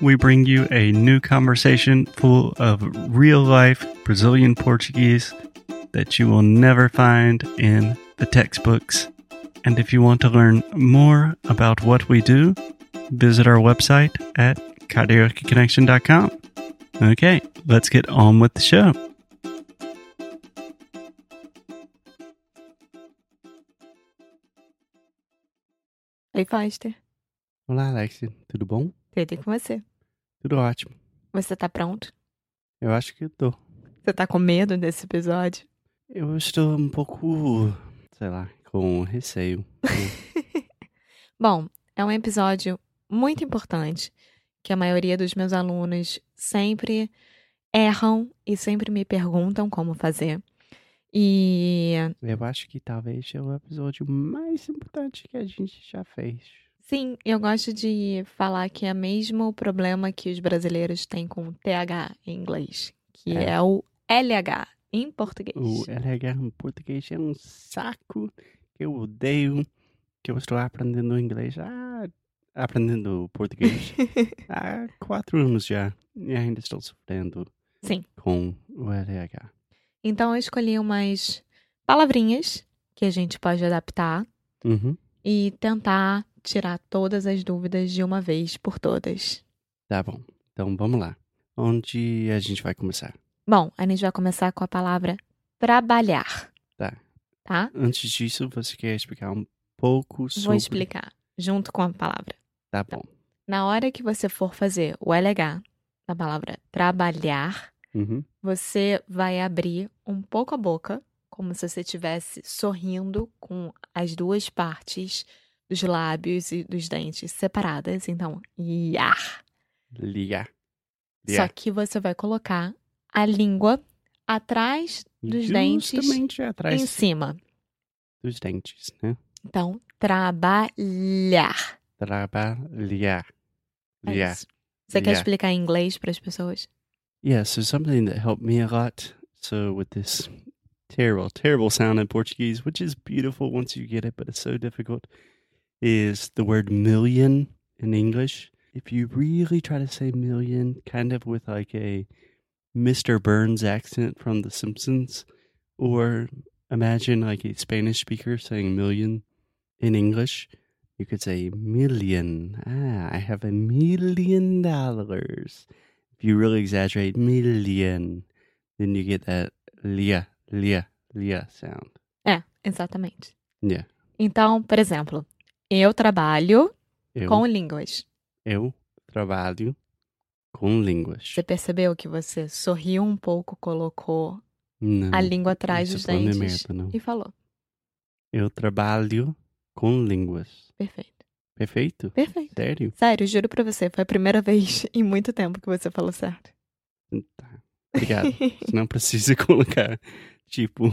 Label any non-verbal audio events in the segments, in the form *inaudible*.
we bring you a new conversation full of real life Brazilian Portuguese that you will never find in the textbooks. And if you want to learn more about what we do, visit our website at cariocaconnection.com. Okay, let's get on with the show. Oi, Foster. Olá, Alex. Tudo bom? Tudo com você? Tudo ótimo. Você tá pronto? Eu acho que tô. Você tá com medo desse episódio? Eu estou um pouco, sei lá, com receio. Bom, é um episódio muito importante que a maioria dos meus alunos sempre erram e sempre me perguntam como fazer. E Eu acho que talvez é o episódio mais importante que a gente já fez. sim, eu gosto de falar que é mesmo o problema que os brasileiros têm com o TH em inglês, que é, É. o LH em português. O LH em português é um saco que eu odeio, que eu estou aprendendo inglês há... Aprendendo português há quatro anos já e ainda estou sofrendo Sim. com o LH. Então eu escolhi umas palavrinhas que a gente pode adaptar Uhum. e tentar tirar todas as dúvidas de uma vez por todas. Tá bom, então vamos lá. Onde a gente vai começar? Bom, a gente vai começar com a palavra trabalhar. Tá. Tá? Antes disso, você quer explicar um pouco sobre... Vou explicar junto com a palavra. Tá bom. Na hora que você for fazer o LH na palavra trabalhar, Uhum. você vai abrir um pouco a boca, como se você estivesse sorrindo com as duas partes dos lábios e dos dentes separadas. Então, iar. Ligar. Só que você vai colocar a língua atrás dos dentes Justamente atrás em cima. dos dentes, né? Então, trabalhar. Trabalhar. É Liar. isso. Você quer Liar. explicar em inglês para as pessoas? Yeah, so something that helped me a lot. So with this terrible, terrible sound in Portuguese, which is beautiful once you get it, but it's so difficult, is the word million in English. If you really try to say million, kind of with like a Mr. Burns accent from The Simpsons, or imagine like a Spanish speaker saying million in English, you could say million. Ah, I have a million dollars if you really exaggerate million, then you get that lia, lia, lia sound. É, exatamente. Yeah. Então, por exemplo, eu trabalho Eu, com línguas. eu trabalho com línguas. Você percebeu que você sorriu um pouco, colocou Não, a língua atrás Hum, dos isso foi um né? uma dentes merda, não. e falou. Eu trabalho com línguas. Perfeito. Perfeito? Perfeito. Sério? Sério, juro pra você, foi a primeira *laughs* vez em muito tempo que você falou certo. Tá. *laughs* Obrigado. Você não precisa colocar, tipo,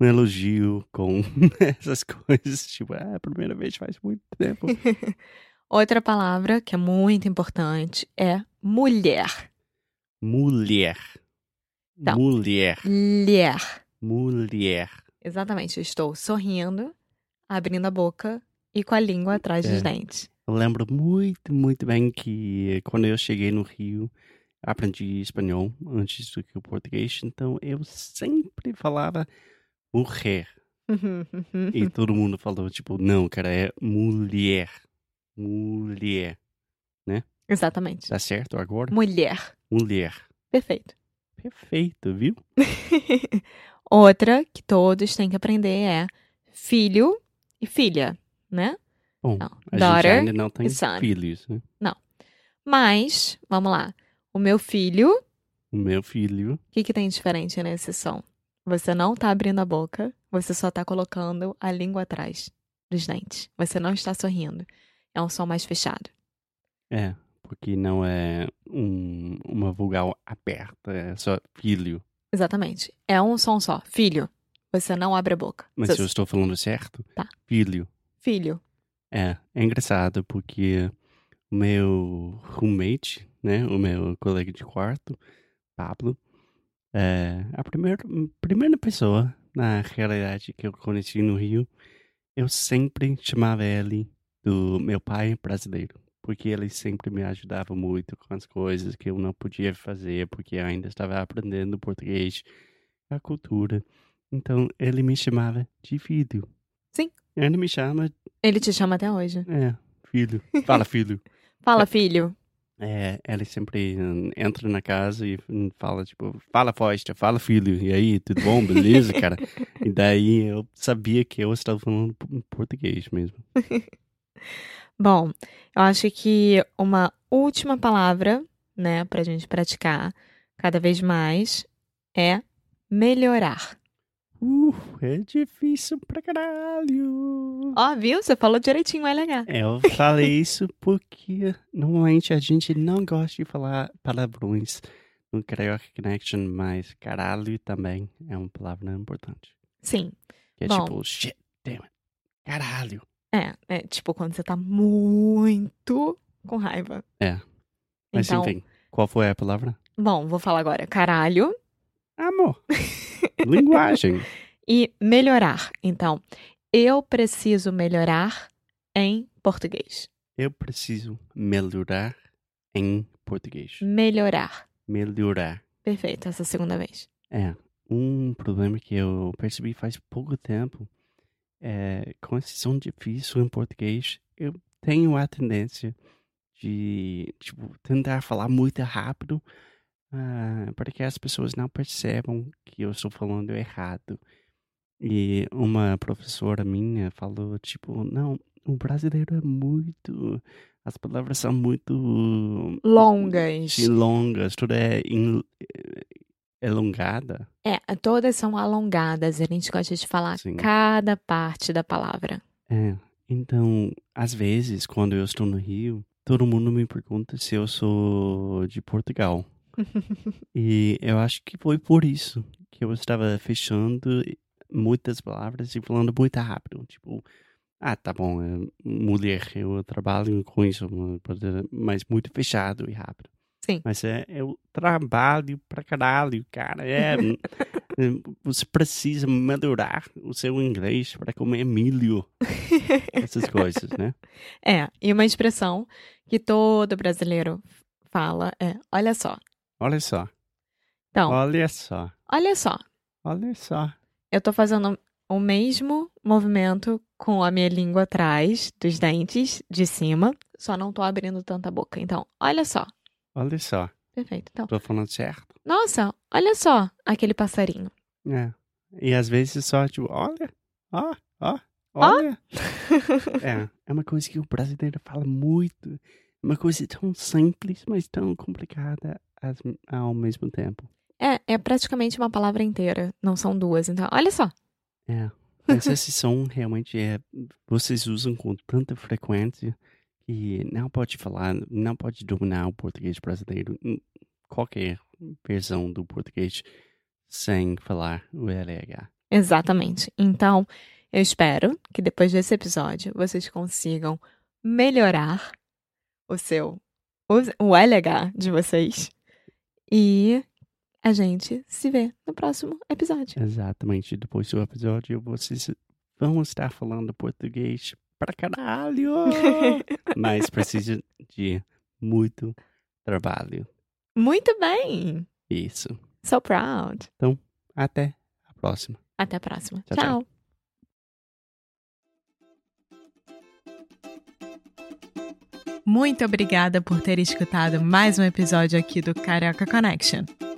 um elogio com *laughs* essas coisas. Tipo, ah, a primeira vez faz muito tempo. *laughs* Outra palavra que é muito importante é mulher. Mulher. Tá. Mulher. Mulher. Mulher. Exatamente. eu Estou sorrindo, abrindo a boca e com a língua atrás dos É. *laughs* dentes. *laughs* Eu lembro muito, muito bem que eh, quando eu cheguei no Rio, aprendi espanhol antes do que o português, então eu sempre falava mulher. Uhum. E todo mundo falou, tipo, não, cara, é mulher. Mulher. Exatamente. Tá certo agora? Mulher. Mulher. Perfeito. Perfeito, viu? Outra que todos têm que aprender é filho e filha, né? Bom, Não. a gente Daughter ainda não tem e son. filhos, né? Mas, vamos lá. O meu filho, o O meu filho, que, que tem diferente nesse som? Você não tá abrindo a boca, você só tá colocando a língua atrás dos dentes. Você não está sorrindo. É um som mais fechado. é, porque não é um- uma vogal aberta, é só filho. Exatamente. É um som só. Filho. Você não abre a boca. Mas Você- eu estou falando certo? Tá. Filho. Filho. É, é engraçado porque o meu roommate, né, o meu colega de quarto, Pablo, é a primeira, primeira pessoa, na realidade, que eu conheci no Rio. Eu sempre chamava ele do meu pai brasileiro, porque ele sempre me ajudava muito com as coisas que eu não podia fazer, porque eu ainda estava aprendendo português, a cultura. Então, ele me chamava de filho. Sim. Ele me chama Ele te chama até hoje. é, filho. *laughs* Fala, filho. Fala, filho. É, ele sempre hum, entra na casa e hum, fala, tipo, fala, Foster, fala, filho. E aí, tudo bom? Beleza, *laughs* cara? E daí eu sabia que eu estava falando p- português mesmo. Bom, eu acho que uma última palavra, né, pra gente praticar cada vez mais é melhorar. Uh, é difícil pra caralho. Ó, viu? Você falou direitinho o LH. Eu falei isso porque normalmente a gente não gosta de falar palavrões no Carioca Connection, mas caralho também é uma palavra importante. Sim. Que é Bom. tipo, shit, damn it, caralho. É, é tipo quando você tá muito com raiva. É. Mas então, enfim, qual foi a palavra? bom, vou falar agora caralho *laughs* Amor. Linguagem. e melhorar. Então, eu preciso melhorar em português. Eu preciso melhorar em português. Melhorar. Melhorar. Perfeito, essa segunda vez. É. Um problema que eu percebi faz pouco tempo é com esse som difícil em português, eu tenho a tendência de, tipo, tentar falar muito rápido ah, para que as pessoas não percebam que eu estou falando errado. E uma professora minha falou, tipo, não, o brasileiro é muito. As palavras são muito Longas. de longas, tudo é in- elongada. É, todas são alongadas. A gente gosta de falar Sim. cada parte da palavra. É, então, às vezes, quando eu estou no Rio, todo mundo me pergunta se eu sou de Portugal. E eu acho que foi por isso que eu estava fechando muitas palavras e falando muito rápido. Tipo, ah, tá bom, é mulher, eu trabalho com isso, mas muito fechado e rápido. Sim. Mas é, eu trabalho pra caralho, cara. É, é, você precisa melhorar o seu inglês para comer milho, essas coisas, né? É, e uma expressão que todo brasileiro fala é: olha só. Olha só, Então, olha só, olha só. olha só. Eu tô fazendo o mesmo movimento com a minha língua atrás dos dentes de cima, só não tô abrindo tanta boca. Então, olha só. Olha só, Perfeito. Então, tô falando certo? nossa, olha só aquele passarinho. É. E às vezes só, tipo, olha, ó, ó, olha. É, é uma coisa que o brasileiro fala muito. É Uma coisa tão simples, mas tão complicada as- ao mesmo tempo. É, é praticamente uma palavra inteira, não são duas. Então, olha só. É. Mas esse som realmente é. Vocês usam com tanta frequência que não pode falar, não pode dominar o português brasileiro, em qualquer versão do português, sem falar o LH. Exatamente. Então, eu espero que depois desse episódio vocês consigam melhorar o seu o- o LH de vocês e a gente se vê no próximo episódio. Exatamente. Depois do episódio, vocês vão estar falando português pra caralho! Mas precisa de muito trabalho. Muito bem. Isso. So proud. Até a próxima. Até a próxima. Tchau, tchau. tchau. Muito obrigada por ter escutado mais um episódio aqui do Carioca Connection.